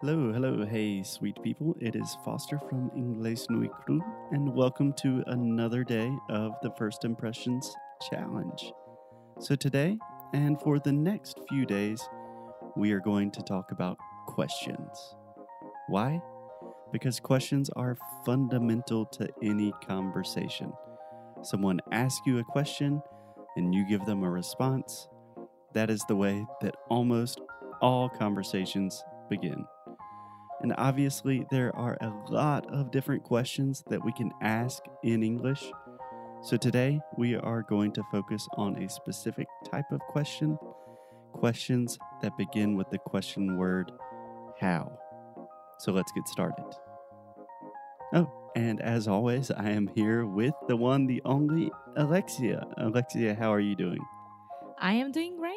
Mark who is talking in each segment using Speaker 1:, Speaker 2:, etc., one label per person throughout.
Speaker 1: Hello, hello, hey, sweet people. It is Foster from Ingles Nui Cru, and welcome to another day of the First Impressions Challenge. So, today and for the next few days, we are going to talk about questions. Why? Because questions are fundamental to any conversation. Someone asks you a question and you give them a response. That is the way that almost all conversations begin. And obviously, there are a lot of different questions that we can ask in English. So today, we are going to focus on a specific type of question questions that begin with the question word how. So let's get started. Oh, and as always, I am here with the one, the only Alexia. Alexia, how are you doing?
Speaker 2: I am doing great.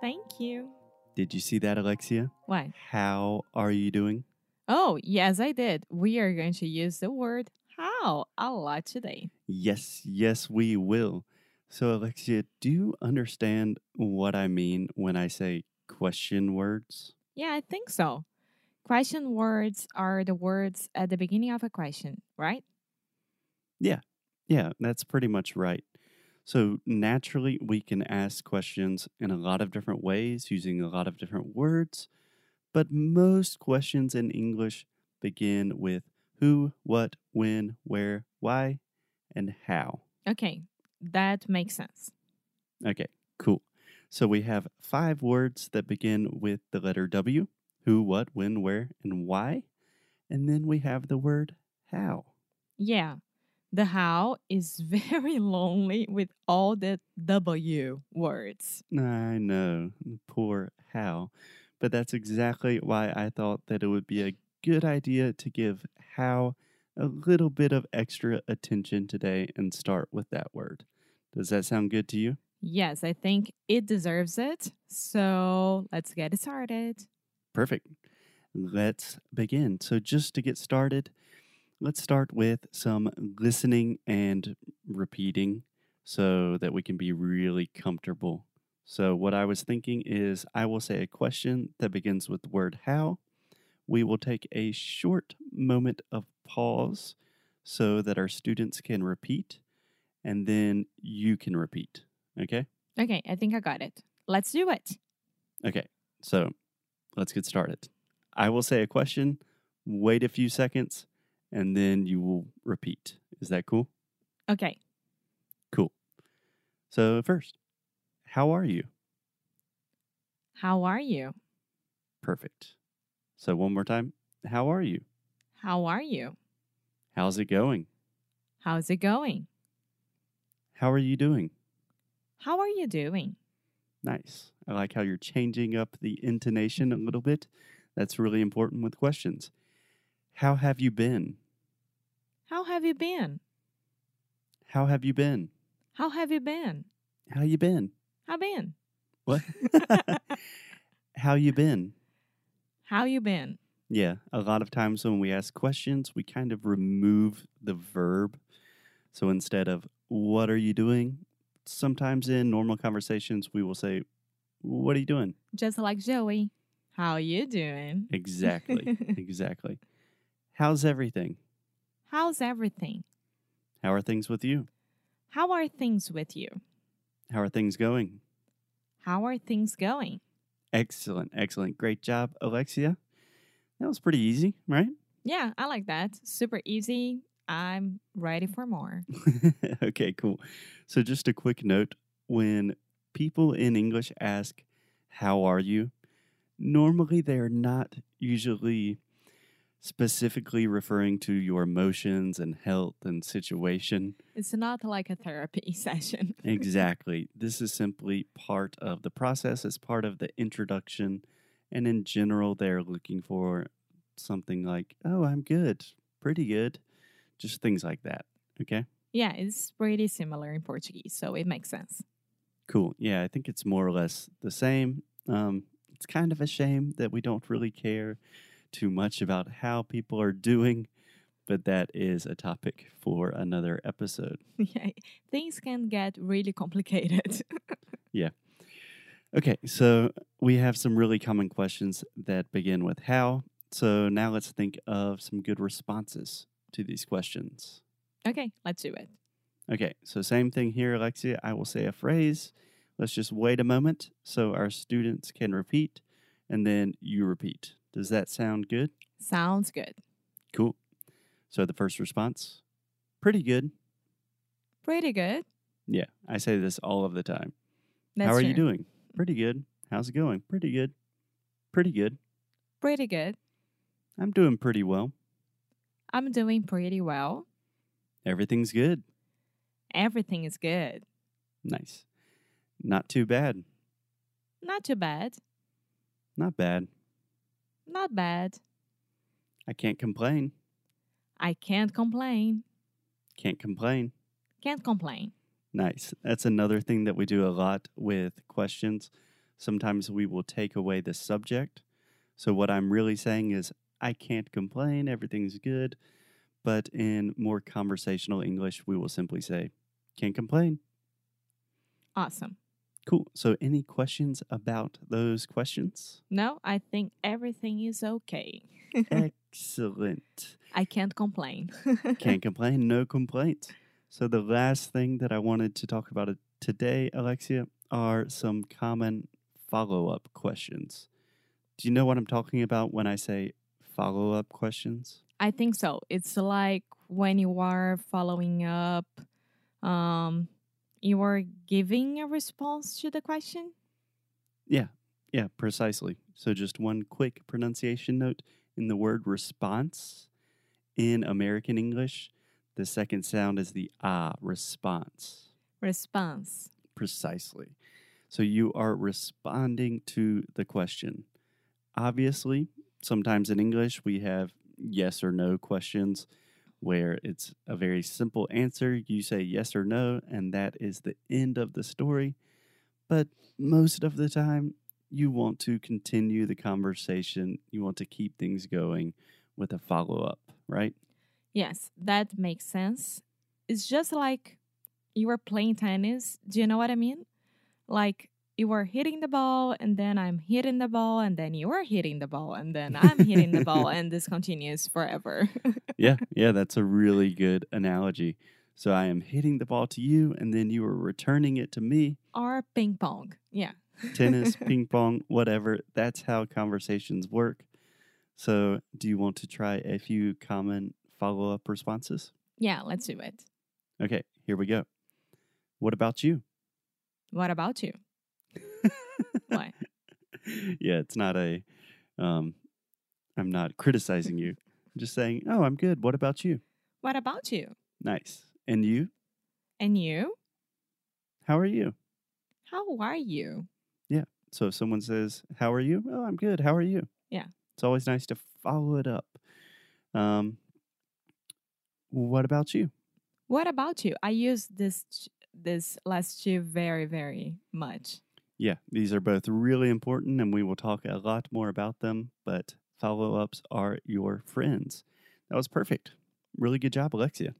Speaker 2: Thank you.
Speaker 1: Did you see that, Alexia?
Speaker 2: Why?
Speaker 1: How are you doing?
Speaker 2: Oh, yes, I did. We are going to use the word how a lot today.
Speaker 1: Yes, yes, we will. So, Alexia, do you understand what I mean when I say question words?
Speaker 2: Yeah, I think so. Question words are the words at the beginning of a question, right?
Speaker 1: Yeah, that's pretty much right. So, naturally, we can ask questions in a lot of different ways using a lot of different words, but most questions in English begin with who, what, when, where, why, and how.
Speaker 2: Okay, that makes sense.
Speaker 1: Okay, cool. So we have five words that begin with the letter W who, what, when, where, and why. And then we have the word how.
Speaker 2: Yeah, the how is very lonely with all the W words.
Speaker 1: I know, poor how. But that's exactly why I thought that it would be a good idea to give how a little bit of extra attention today and start with that word. Does that sound good to you?
Speaker 2: Yes, I think it deserves it. So let's get started.
Speaker 1: Perfect. Let's begin. So, just to get started, let's start with some listening and repeating so that we can be really comfortable. So, what I was thinking is I will say a question that begins with the word how. We will take a short moment of pause so that our students can repeat and then you can repeat. Okay?
Speaker 2: Okay, I think I got it. Let's do it.
Speaker 1: Okay, so let's get started. I will say a question, wait a few seconds, and then you will repeat. Is that cool?
Speaker 2: Okay,
Speaker 1: Cool. So, first, how are you?
Speaker 2: how are you?
Speaker 1: Perfect. So, one more time, how are you?
Speaker 2: How are you?
Speaker 1: How's it going?
Speaker 2: How's it going?
Speaker 1: How are you doing?
Speaker 2: How are you doing?
Speaker 1: Nice. I like how you're changing up the intonation a little bit. That's really important with questions. How have you been?
Speaker 2: How have you been?
Speaker 1: How have you been?
Speaker 2: How have you been?
Speaker 1: How you been?
Speaker 2: How been?
Speaker 1: What? how you been?
Speaker 2: How you been?
Speaker 1: Yeah, a lot of times when we ask questions, we kind of remove the verb. So instead of what are you doing, sometimes in normal conversations we will say what are you doing?
Speaker 2: Just like Joey. How you doing?
Speaker 1: Exactly. exactly. How's everything?
Speaker 2: How's everything?
Speaker 1: How are things with you?
Speaker 2: How are things with you?
Speaker 1: How are things going?
Speaker 2: How are things going?
Speaker 1: Excellent. Excellent. Great job, Alexia. That was pretty easy, right?
Speaker 2: Yeah, I like that. Super easy. I'm ready for more.
Speaker 1: okay, cool. So, just a quick note when people in English ask, How are you? normally they're not usually specifically referring to your emotions and health and situation.
Speaker 2: It's not like a therapy session.
Speaker 1: Exactly. This is simply part of the process, it's part of the introduction. And in general, they're looking for something like, oh, I'm good, pretty good, just things like that. Okay.
Speaker 2: Yeah, it's pretty similar in Portuguese, so it makes sense.
Speaker 1: Cool. Yeah, I think it's more or less the same. Um, it's kind of a shame that we don't really care too much about how people are doing, but that is a topic for another episode.
Speaker 2: Yeah, things can get really complicated.
Speaker 1: Okay, so we have some really common questions that begin with how. So now let's think of some good responses to these questions.
Speaker 2: Okay, let's do it.
Speaker 1: Okay, so same thing here, Alexia. I will say a phrase. Let's just wait a moment so our students can repeat, and then you repeat. Does that sound good?
Speaker 2: Sounds good.
Speaker 1: Cool. So the first response pretty good.
Speaker 2: Pretty good.
Speaker 1: Yeah, I say this all of the time.
Speaker 2: That's
Speaker 1: How are you
Speaker 2: true.
Speaker 1: doing? Pretty good. How's it going? Pretty good. Pretty good.
Speaker 2: Pretty good.
Speaker 1: I'm doing pretty well.
Speaker 2: I'm doing pretty well.
Speaker 1: Everything's good.
Speaker 2: Everything is good.
Speaker 1: Nice. Not too bad.
Speaker 2: Not too bad.
Speaker 1: Not bad.
Speaker 2: Not bad.
Speaker 1: I can't complain.
Speaker 2: I can't complain.
Speaker 1: Can't complain.
Speaker 2: Can't complain.
Speaker 1: Nice. That's another thing that we do a lot with questions. Sometimes we will take away the subject. So, what I'm really saying is, I can't complain, everything's good. But in more conversational English, we will simply say, can't complain.
Speaker 2: Awesome.
Speaker 1: Cool. So, any questions about those questions?
Speaker 2: No, I think everything is okay.
Speaker 1: Excellent.
Speaker 2: I can't complain.
Speaker 1: Can't complain, no complaints. So, the last thing that I wanted to talk about it- today, Alexia, are some common follow up questions. Do you know what I'm talking about when I say follow up questions?
Speaker 2: I think so. It's like when you are following up, um, you are giving a response to the question.
Speaker 1: Yeah, yeah, precisely. So, just one quick pronunciation note in the word response in American English, the second sound is the ah, response.
Speaker 2: Response.
Speaker 1: Precisely. So you are responding to the question. Obviously, sometimes in English we have yes or no questions where it's a very simple answer. You say yes or no, and that is the end of the story. But most of the time, you want to continue the conversation. You want to keep things going with a follow up, right?
Speaker 2: Yes, that makes sense. It's just like you are playing tennis. Do you know what I mean? Like you are hitting the ball, and then I'm hitting the ball, and then you are hitting the ball, and then I'm hitting the ball, and this continues forever.
Speaker 1: yeah, yeah, that's a really good analogy. So I am hitting the ball to you, and then you are returning it to me.
Speaker 2: or ping pong. Yeah.
Speaker 1: Tennis, ping pong, whatever. That's how conversations work. So, do you want to try a few common follow up responses?
Speaker 2: Yeah, let's do it.
Speaker 1: Okay, here we go. What about you?
Speaker 2: What about you? Why?
Speaker 1: yeah, it's not a. Um, I'm not criticizing you. I'm just saying, oh, I'm good. What about you?
Speaker 2: What about you?
Speaker 1: Nice. And you?
Speaker 2: And you?
Speaker 1: How are you?
Speaker 2: How are you?
Speaker 1: So if someone says, "How are you?" Oh, I'm good. How are you?
Speaker 2: Yeah.
Speaker 1: It's always nice to follow it up. Um, what about you?
Speaker 2: What about you? I use this ch- this last two very very much.
Speaker 1: Yeah, these are both really important, and we will talk a lot more about them. But follow-ups are your friends. That was perfect. Really good job, Alexia,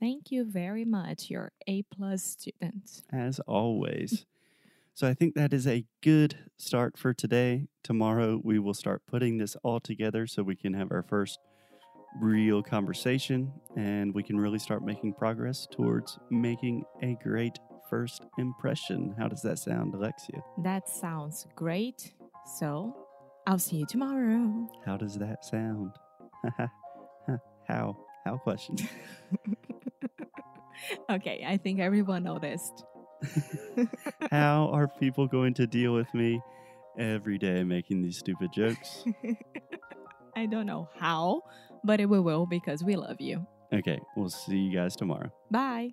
Speaker 2: Thank you very much. You're A plus student.
Speaker 1: as always. so I think that is a good start for today. Tomorrow we will start putting this all together so we can have our first real conversation and we can really start making progress towards making a great first impression. How does that sound, Alexia?
Speaker 2: That sounds great. So, I'll see you tomorrow.
Speaker 1: How does that sound? How? How question.
Speaker 2: okay, I think everyone noticed.
Speaker 1: How are people going to deal with me every day making these stupid jokes?
Speaker 2: I don't know how, but it will because we love you.
Speaker 1: Okay, we'll see you guys tomorrow.
Speaker 2: Bye.